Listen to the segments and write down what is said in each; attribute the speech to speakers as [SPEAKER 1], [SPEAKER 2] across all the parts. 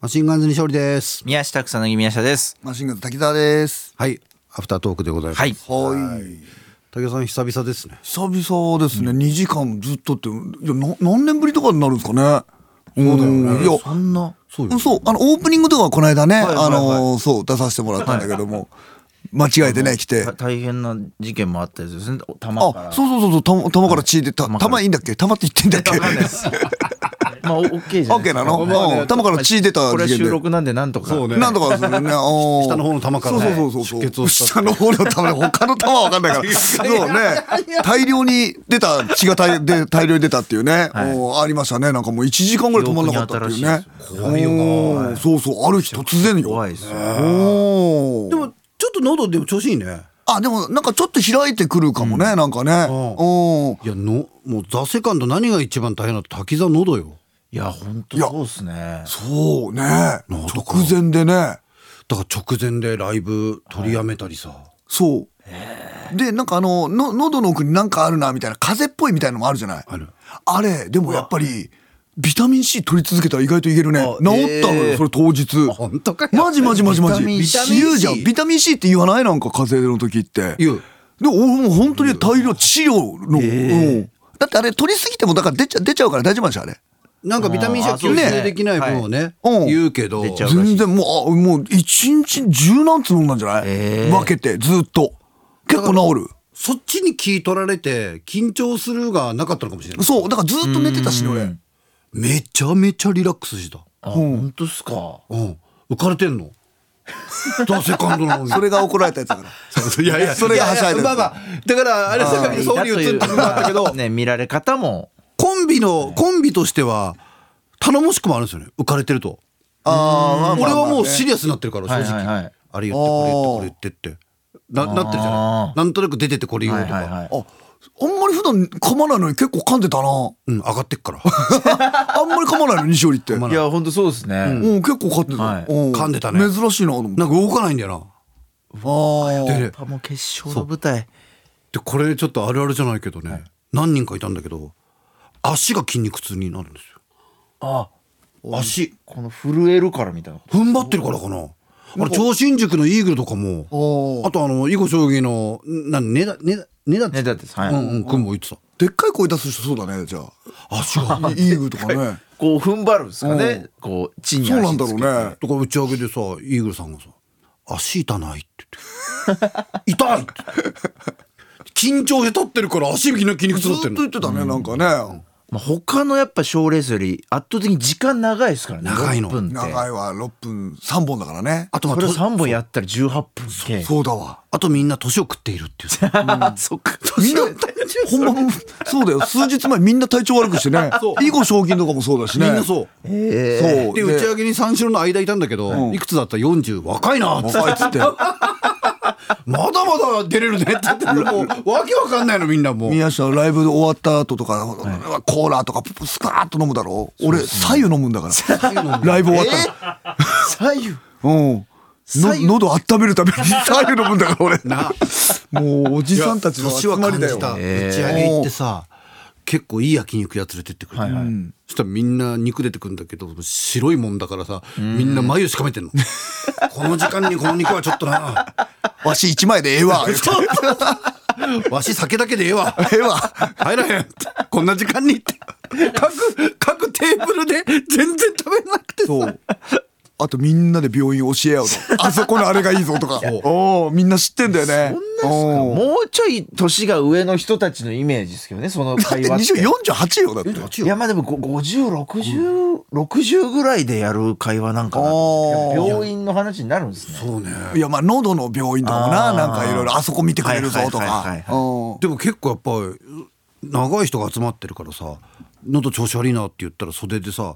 [SPEAKER 1] マシンガンズに勝利です。
[SPEAKER 2] 宮下草薙宮下です。
[SPEAKER 3] マシンガンズ滝沢です。
[SPEAKER 1] はい。アフタートークでございます。
[SPEAKER 2] はい。
[SPEAKER 3] はい。
[SPEAKER 1] 武田さん久々ですね。
[SPEAKER 3] 久々ですね。2時間ずっとって、いや、な何年ぶりとかになるんですかね。そうだよね。いや、
[SPEAKER 2] そんな。
[SPEAKER 1] そうよ
[SPEAKER 3] うんそう、あの、オープニングとかはこの間ね、
[SPEAKER 2] はいはいはい
[SPEAKER 3] あのー、そう、出させてもらったんだけども、間違えてね、来て。
[SPEAKER 2] た大変な事件もあったやつですね。玉から。
[SPEAKER 3] あ、そうそうそうそう、たま玉から血で、た、
[SPEAKER 2] 玉から
[SPEAKER 3] 玉いいんだっけ玉って言ってんだっけ
[SPEAKER 2] わかんないです。まあ、オッケーじゃ
[SPEAKER 3] オ
[SPEAKER 2] ないで
[SPEAKER 3] ッ
[SPEAKER 2] す
[SPEAKER 3] ケーな
[SPEAKER 2] か
[SPEAKER 3] の、
[SPEAKER 1] まあね
[SPEAKER 3] うん玉から血出た
[SPEAKER 2] これは
[SPEAKER 3] 事
[SPEAKER 2] 収
[SPEAKER 3] 件で。
[SPEAKER 2] 録なんで、なんとか。
[SPEAKER 1] そうね
[SPEAKER 3] なんとかです ね。あー
[SPEAKER 1] 下の方の玉からね
[SPEAKER 3] そうそうそうそう。
[SPEAKER 1] 出血をした
[SPEAKER 3] 下の方の玉、他の玉はわかんな いから。そうね。大量に出た、血が大で大量に出たっていうね。
[SPEAKER 2] はい
[SPEAKER 3] おーありましたね。なんかもう1時間ぐらい止まんなかったっていうね。
[SPEAKER 2] 記
[SPEAKER 3] 怖いよな。そうそう。ある日突然よ。
[SPEAKER 2] 怖いですよ。
[SPEAKER 3] おー
[SPEAKER 1] でも、ちょっと喉でも調子いいね。
[SPEAKER 3] あ、でもなんかちょっと開いてくるかもね。なんかね。おー
[SPEAKER 1] いや、の、もうザセカンド何が一番大変なの滝沢喉よ。
[SPEAKER 2] いや、本当そうですね。
[SPEAKER 3] そうね。直前でね。
[SPEAKER 1] だから直前でライブ取りやめたりさ。
[SPEAKER 3] そう。でなんかあのの喉の奥になんかあるなみたいな風邪っぽいみたいなのもあるじゃない
[SPEAKER 1] ある
[SPEAKER 3] あれでもやっぱりビタミン C 取り続けたら意外といけるね
[SPEAKER 2] あ
[SPEAKER 3] 治ったのよ、
[SPEAKER 2] えー
[SPEAKER 3] それ当日
[SPEAKER 1] 本当かよ
[SPEAKER 3] マジマジマジマジ
[SPEAKER 2] ビタミン C
[SPEAKER 3] 言うじゃんビタミン C って言わないなんか風邪の時って
[SPEAKER 1] 言う
[SPEAKER 3] で俺もう本当に大量治療の、うんだってあれ取りすぎてもだから出ちゃ出ちゃうから大丈夫なんでしょあれ
[SPEAKER 1] なんかビタミン C
[SPEAKER 2] あー
[SPEAKER 1] は吸
[SPEAKER 2] そうです
[SPEAKER 1] 収
[SPEAKER 2] ね
[SPEAKER 1] できない分をね、
[SPEAKER 3] はいうん
[SPEAKER 1] 言うけど、
[SPEAKER 2] 出ちゃうらしい
[SPEAKER 3] 全然もうあもう一日十何つ飲んだんじゃない、
[SPEAKER 2] えー
[SPEAKER 3] 分けてずっと結構治る
[SPEAKER 1] そっちに気取られて緊張するがなかったのかもしれない。
[SPEAKER 3] そうだからずっと寝てたしね俺。
[SPEAKER 1] めちゃめちゃリラックスした。
[SPEAKER 2] あ、本当っすか。
[SPEAKER 1] うん。浮かれてん の。ザセカンドなのに。
[SPEAKER 3] それが怒られたやつだか ら。
[SPEAKER 1] いやいや、
[SPEAKER 3] それがはしゃいでる
[SPEAKER 1] まあまあ、だから、あれ、さっきそうに映ってもらったけど、
[SPEAKER 2] ね、見られ方も。
[SPEAKER 1] コンビの、コンビとしては、頼もしくもあるんですよね。浮かれてると。
[SPEAKER 3] あーまあまあまあ
[SPEAKER 1] 俺はもうシ
[SPEAKER 3] ね
[SPEAKER 1] リアスになってるから、正
[SPEAKER 2] はいはいは
[SPEAKER 1] 直
[SPEAKER 2] い。
[SPEAKER 1] あれ言って、これ言って、これ言ってって。ななってるじゃない
[SPEAKER 2] あ
[SPEAKER 1] なんとなく出てってこれ言おうと
[SPEAKER 2] はいはいは
[SPEAKER 1] か
[SPEAKER 2] い。
[SPEAKER 3] あ、あんまり普段噛まないのに結構噛んでたな。
[SPEAKER 1] うん、上がってっから。
[SPEAKER 3] あんまり噛まないの西織って。う
[SPEAKER 1] ま
[SPEAKER 3] ん
[SPEAKER 1] ない
[SPEAKER 2] いや、本当そうですね。
[SPEAKER 3] 結構噛んでた。
[SPEAKER 2] はい
[SPEAKER 3] うん
[SPEAKER 1] 噛んでたね
[SPEAKER 3] 珍しいなと思って。
[SPEAKER 1] なんか動かないんだよ
[SPEAKER 3] あ
[SPEAKER 1] な。
[SPEAKER 3] あ。
[SPEAKER 1] で、
[SPEAKER 2] あ、もう決勝の舞台。
[SPEAKER 1] でこれちょっとあるあるじゃないけどね、何人かいたんだけど、足が筋肉痛になるんです
[SPEAKER 2] あ。
[SPEAKER 1] よ。足。
[SPEAKER 2] この震えるからみたいなこと。
[SPEAKER 1] 踏ん張ってるからかな。あれ、超新塾のイーグルとかも、
[SPEAKER 3] あ
[SPEAKER 1] あ
[SPEAKER 3] あ。
[SPEAKER 1] とあの囲碁将棋のなねだねだねだっ
[SPEAKER 2] ね、
[SPEAKER 1] て
[SPEAKER 2] だって、はい。
[SPEAKER 1] うんうん君も言ってた
[SPEAKER 3] でっかい声出す人そうだね、じゃあ。足 が。イーグルとかね。
[SPEAKER 2] こう踏ん張るんですかね。こう地に足つけて
[SPEAKER 3] そうなんだろうね。
[SPEAKER 1] とか打ち上げでさイーグルさんがさ「足痛ない」って言って「 痛い」って緊張で立ってるから足の筋肉
[SPEAKER 3] ず
[SPEAKER 1] 痛
[SPEAKER 3] っ
[SPEAKER 1] だって
[SPEAKER 3] と
[SPEAKER 1] ん
[SPEAKER 3] 言
[SPEAKER 1] の
[SPEAKER 3] ってたね、なんかね。
[SPEAKER 2] まあ、他のやっぱ賞レースより圧倒的に時間長いですからね。
[SPEAKER 1] 長いの
[SPEAKER 2] 6分って。
[SPEAKER 3] 長いわ、6分、3本だからね。
[SPEAKER 1] あとまあ
[SPEAKER 2] それ
[SPEAKER 1] と
[SPEAKER 2] 3本やったら18分計。
[SPEAKER 3] そうだわ。
[SPEAKER 1] あとみんな年を食っているっていうさ
[SPEAKER 2] あ そっか。
[SPEAKER 3] みんな、ほんま、そうだよ。数日前みんな体調悪くしてね。囲碁賞金とかもそうだし
[SPEAKER 1] み
[SPEAKER 3] ね。
[SPEAKER 1] んなそう
[SPEAKER 2] ええ
[SPEAKER 3] そう。
[SPEAKER 1] で打ち上げに三四郎の間いたんだけど
[SPEAKER 3] ん
[SPEAKER 1] いくつだったら40若いなっつって
[SPEAKER 3] 若いっつって。
[SPEAKER 1] まだまだ出れるねって言ってもうわけわかんないのみんなもう
[SPEAKER 3] 宮下のライブで終わった後とか、コーラとかプスカーッと飲むだろ俺、左右飲むん だから。ライブ終わったら。
[SPEAKER 2] 左右。
[SPEAKER 3] うん。の喉温める ために左右飲むんだから俺もうおじさんたちの
[SPEAKER 1] 年
[SPEAKER 3] 集
[SPEAKER 1] は
[SPEAKER 3] ま
[SPEAKER 1] 感じ
[SPEAKER 3] りだよ
[SPEAKER 1] た打ち
[SPEAKER 2] えー
[SPEAKER 1] 上げ行ってさ結構いい焼肉屋連れてってくれた、
[SPEAKER 2] はいはい
[SPEAKER 1] うんそしたらみんな肉出てくるんだけど白いもんだからさみんな眉しかめてん のこの時間にこの肉はちょっとな
[SPEAKER 3] わし一枚でええわ
[SPEAKER 1] わし酒だけでええわ
[SPEAKER 3] ええわ
[SPEAKER 1] 入らへんってこんな時間にって各各テーブルで全然食べなくて
[SPEAKER 3] そうあとみんなで病院教え合う とあそこのあれがいいぞとか
[SPEAKER 1] そう
[SPEAKER 3] おおみんな知ってんだよね
[SPEAKER 2] そんなっすか
[SPEAKER 3] おー
[SPEAKER 2] もうちょい年が上の人たちのイメージですけどね、その
[SPEAKER 3] だっ
[SPEAKER 2] 会
[SPEAKER 3] て
[SPEAKER 2] 話って。
[SPEAKER 3] 48よだって
[SPEAKER 1] 48
[SPEAKER 2] いやまあでも50、60、60ぐらいでやる会話なんかな
[SPEAKER 3] あー
[SPEAKER 2] 病院の話になるんですね。
[SPEAKER 1] そうね
[SPEAKER 3] いやまあ喉の病院とかも
[SPEAKER 2] あー
[SPEAKER 3] ななんかいろいろあそこ見てくれるぞと
[SPEAKER 2] はいはいはい
[SPEAKER 3] か
[SPEAKER 2] はい
[SPEAKER 1] でも結構やっぱり長い人が集まってるからさ喉調子悪いなって言ったら袖でさ、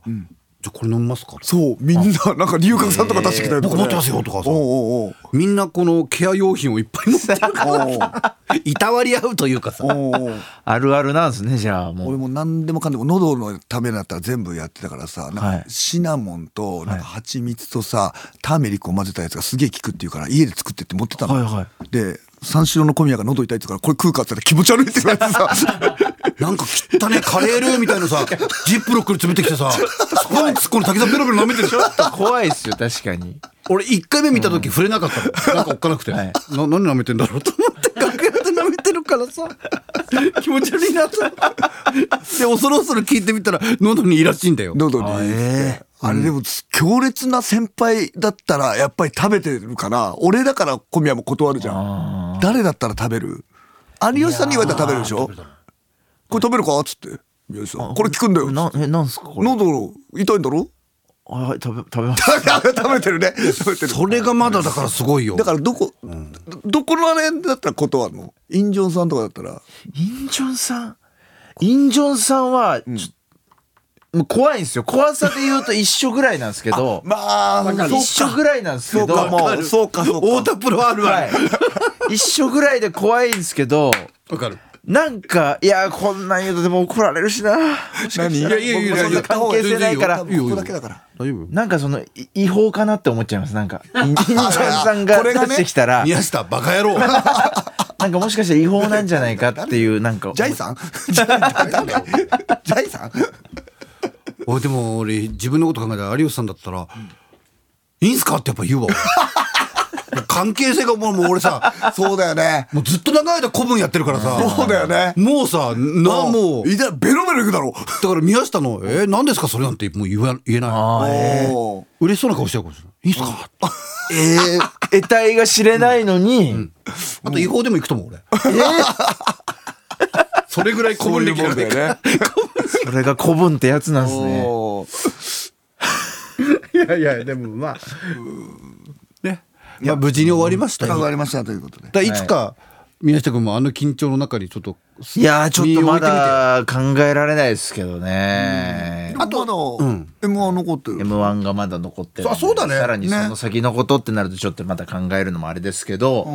[SPEAKER 1] じゃあこれ飲みますか
[SPEAKER 3] そうみんななんか龍角さんとか出してきたりと
[SPEAKER 1] 僕
[SPEAKER 3] かね
[SPEAKER 1] 持ってますよとかさ
[SPEAKER 3] おうおうおう
[SPEAKER 1] みんなこのケア用品をいっぱい持ってる からいたわり合うというかさ
[SPEAKER 3] おうおう
[SPEAKER 2] あるあるなんですね、じゃあもう。
[SPEAKER 3] 俺も何でもかんでも喉のためだったら全部やってたからさ
[SPEAKER 2] は
[SPEAKER 3] なん
[SPEAKER 2] い
[SPEAKER 3] かシナモンとなんか蜂蜜とさターメリックを混ぜたやつがすげえ効くっていうから家で作ってって持ってたの
[SPEAKER 2] はいは
[SPEAKER 3] で三四郎の小宮が喉痛いって言うから、これ食うかって言ったら気持ち悪いって言われ てさ、
[SPEAKER 1] なんか汚ねカレールーみたいな さ、ジップロックに詰めてきてさ、スプーン突っ込んで滝沢ペロペロ舐めてるでしょ
[SPEAKER 2] 怖いっすよ確か に
[SPEAKER 1] 俺一回目見た時触れなかったの。なんかおっかなくて。
[SPEAKER 2] はい
[SPEAKER 1] な、何舐めてんだろうと思って楽屋で舐めてるからさ、気持ち悪いな と。で、恐る恐る聞いてみたら喉にいいらしいんだよ。
[SPEAKER 3] 喉に。
[SPEAKER 2] え
[SPEAKER 3] あれでも、強烈な先輩だったら、やっぱり食べてるから、俺だから小宮も断るじゃん。誰だったら食べる有吉さんに言われたら食べるでしょこれ食べるかっつって。有吉さん。これ聞くんだよ。
[SPEAKER 2] なえなんすかこれ
[SPEAKER 3] 喉痛いんだろ
[SPEAKER 2] あはい食べ食べます
[SPEAKER 3] 食べてるね。食べてる。
[SPEAKER 1] それがまだだからすごいよ。
[SPEAKER 3] だからどこ、どどこのあれだったら断るのインジョンさんとかだったら。
[SPEAKER 2] インジョンさんインジョンさんはちょ、もう怖いんですよ怖さで言うと一緒ぐらいなんですけど
[SPEAKER 3] まあ、
[SPEAKER 2] 一緒ぐらいなんですけどもう
[SPEAKER 3] そうか、そうか。
[SPEAKER 1] 大田プロあるあ
[SPEAKER 2] は
[SPEAKER 1] る。
[SPEAKER 2] い、一緒ぐらいで怖いんですけど
[SPEAKER 1] わかる。
[SPEAKER 2] なんかいやこんなん言うとでも怒られるしな
[SPEAKER 3] 何い
[SPEAKER 1] いやいやいやいや
[SPEAKER 2] 僕もそんな関係性ないから
[SPEAKER 1] 全然いいよいいよいいよ
[SPEAKER 3] ここだけだから
[SPEAKER 1] 大丈夫
[SPEAKER 2] なんかそのい違法かなって思っちゃいますなん かインジョンさんが
[SPEAKER 3] これ
[SPEAKER 2] 出
[SPEAKER 3] がね
[SPEAKER 2] してきたら、
[SPEAKER 1] 宮下バカ野郎
[SPEAKER 2] なんかもしかしたら違法なんじゃないかっていうなんか
[SPEAKER 3] ジャイさんジャイさん
[SPEAKER 1] おいでも俺自分のこと考えたら有吉さんだったら「いいんすか?」ってやっぱ言うわ俺関係性がもうもう俺 さ
[SPEAKER 3] そうだよね。
[SPEAKER 1] もうずっと長い間古文やってるからさ
[SPEAKER 3] そうだよね。
[SPEAKER 1] もうさなもう
[SPEAKER 3] いや、ベロベロいくだろ。
[SPEAKER 1] だから宮下の「えー、何ですかそれ」なんてもう言わ言えな
[SPEAKER 2] あー
[SPEAKER 3] おー
[SPEAKER 1] い嬉しそうな顔してるかもしれない「いいんすか?」
[SPEAKER 2] えー得体が知れないのに、
[SPEAKER 1] あと違法でも行くと思う俺それぐらい古文歴
[SPEAKER 3] そういうもんだよね。
[SPEAKER 2] それが古文ってやつなんですね。
[SPEAKER 3] おー
[SPEAKER 1] い やいやでもまあねまあ無事に終わりましたよ
[SPEAKER 3] わかりましたということで。
[SPEAKER 1] だからいつか宮下君もあの緊張の中にちょっと
[SPEAKER 2] いやーちょっと
[SPEAKER 1] 身を置
[SPEAKER 2] ま
[SPEAKER 1] いて
[SPEAKER 2] だ考えられないですけどね。
[SPEAKER 3] あと、まだ M は残ってる。
[SPEAKER 2] M1 がまだ残ってるんで
[SPEAKER 1] あそうだね
[SPEAKER 2] さらにその先のことってなるとちょっとまた考えるのもあれですけど、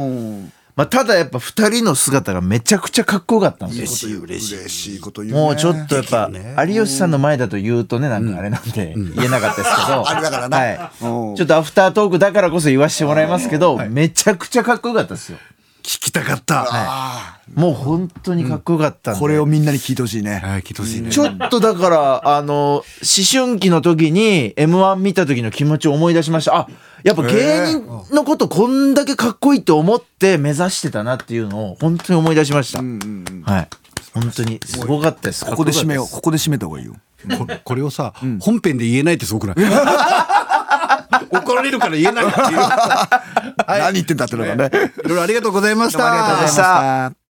[SPEAKER 2] まあ、ただやっぱ2人の姿がめちゃくちゃかっこよかったんですよ。
[SPEAKER 1] みてよ嬉しい
[SPEAKER 3] 嬉しいこと言うね。
[SPEAKER 2] もうちょっとやっぱ、有吉さんの前だと言うとね、なんかあれなんで、言えなかったですけど。
[SPEAKER 3] あれだからな
[SPEAKER 2] はい。ち
[SPEAKER 3] う
[SPEAKER 2] ょ
[SPEAKER 3] ん
[SPEAKER 2] っとアフタートークだからこそ言わしてもらいますけど、めちゃくちゃかっこよかったですよ。
[SPEAKER 1] 聞きたかった
[SPEAKER 3] あ
[SPEAKER 2] もう本当にかっこよかったん
[SPEAKER 3] ー。
[SPEAKER 2] で。
[SPEAKER 3] これをみんなに聞いてほしいね。
[SPEAKER 1] はい、聞いてほしいね。
[SPEAKER 2] ちょっとだから、あの、思春期の時に M1 見た時の気持ちを思い出しました。あ、やっぱ芸人のことこんだけかっこいいって思って目指してたなっていうのを本当に思い出しました。はい。本当にすごかったです。
[SPEAKER 3] ここで締めよう。
[SPEAKER 2] かっ
[SPEAKER 3] ここで締めた方がいいよ。
[SPEAKER 1] これこれをさ、本編で言えないってすごくない 怒られるから言え ないっていう。
[SPEAKER 3] 何言ってんだってのがね。
[SPEAKER 1] いろいろありがとうございました。
[SPEAKER 2] こよかったです。ありがとうございました。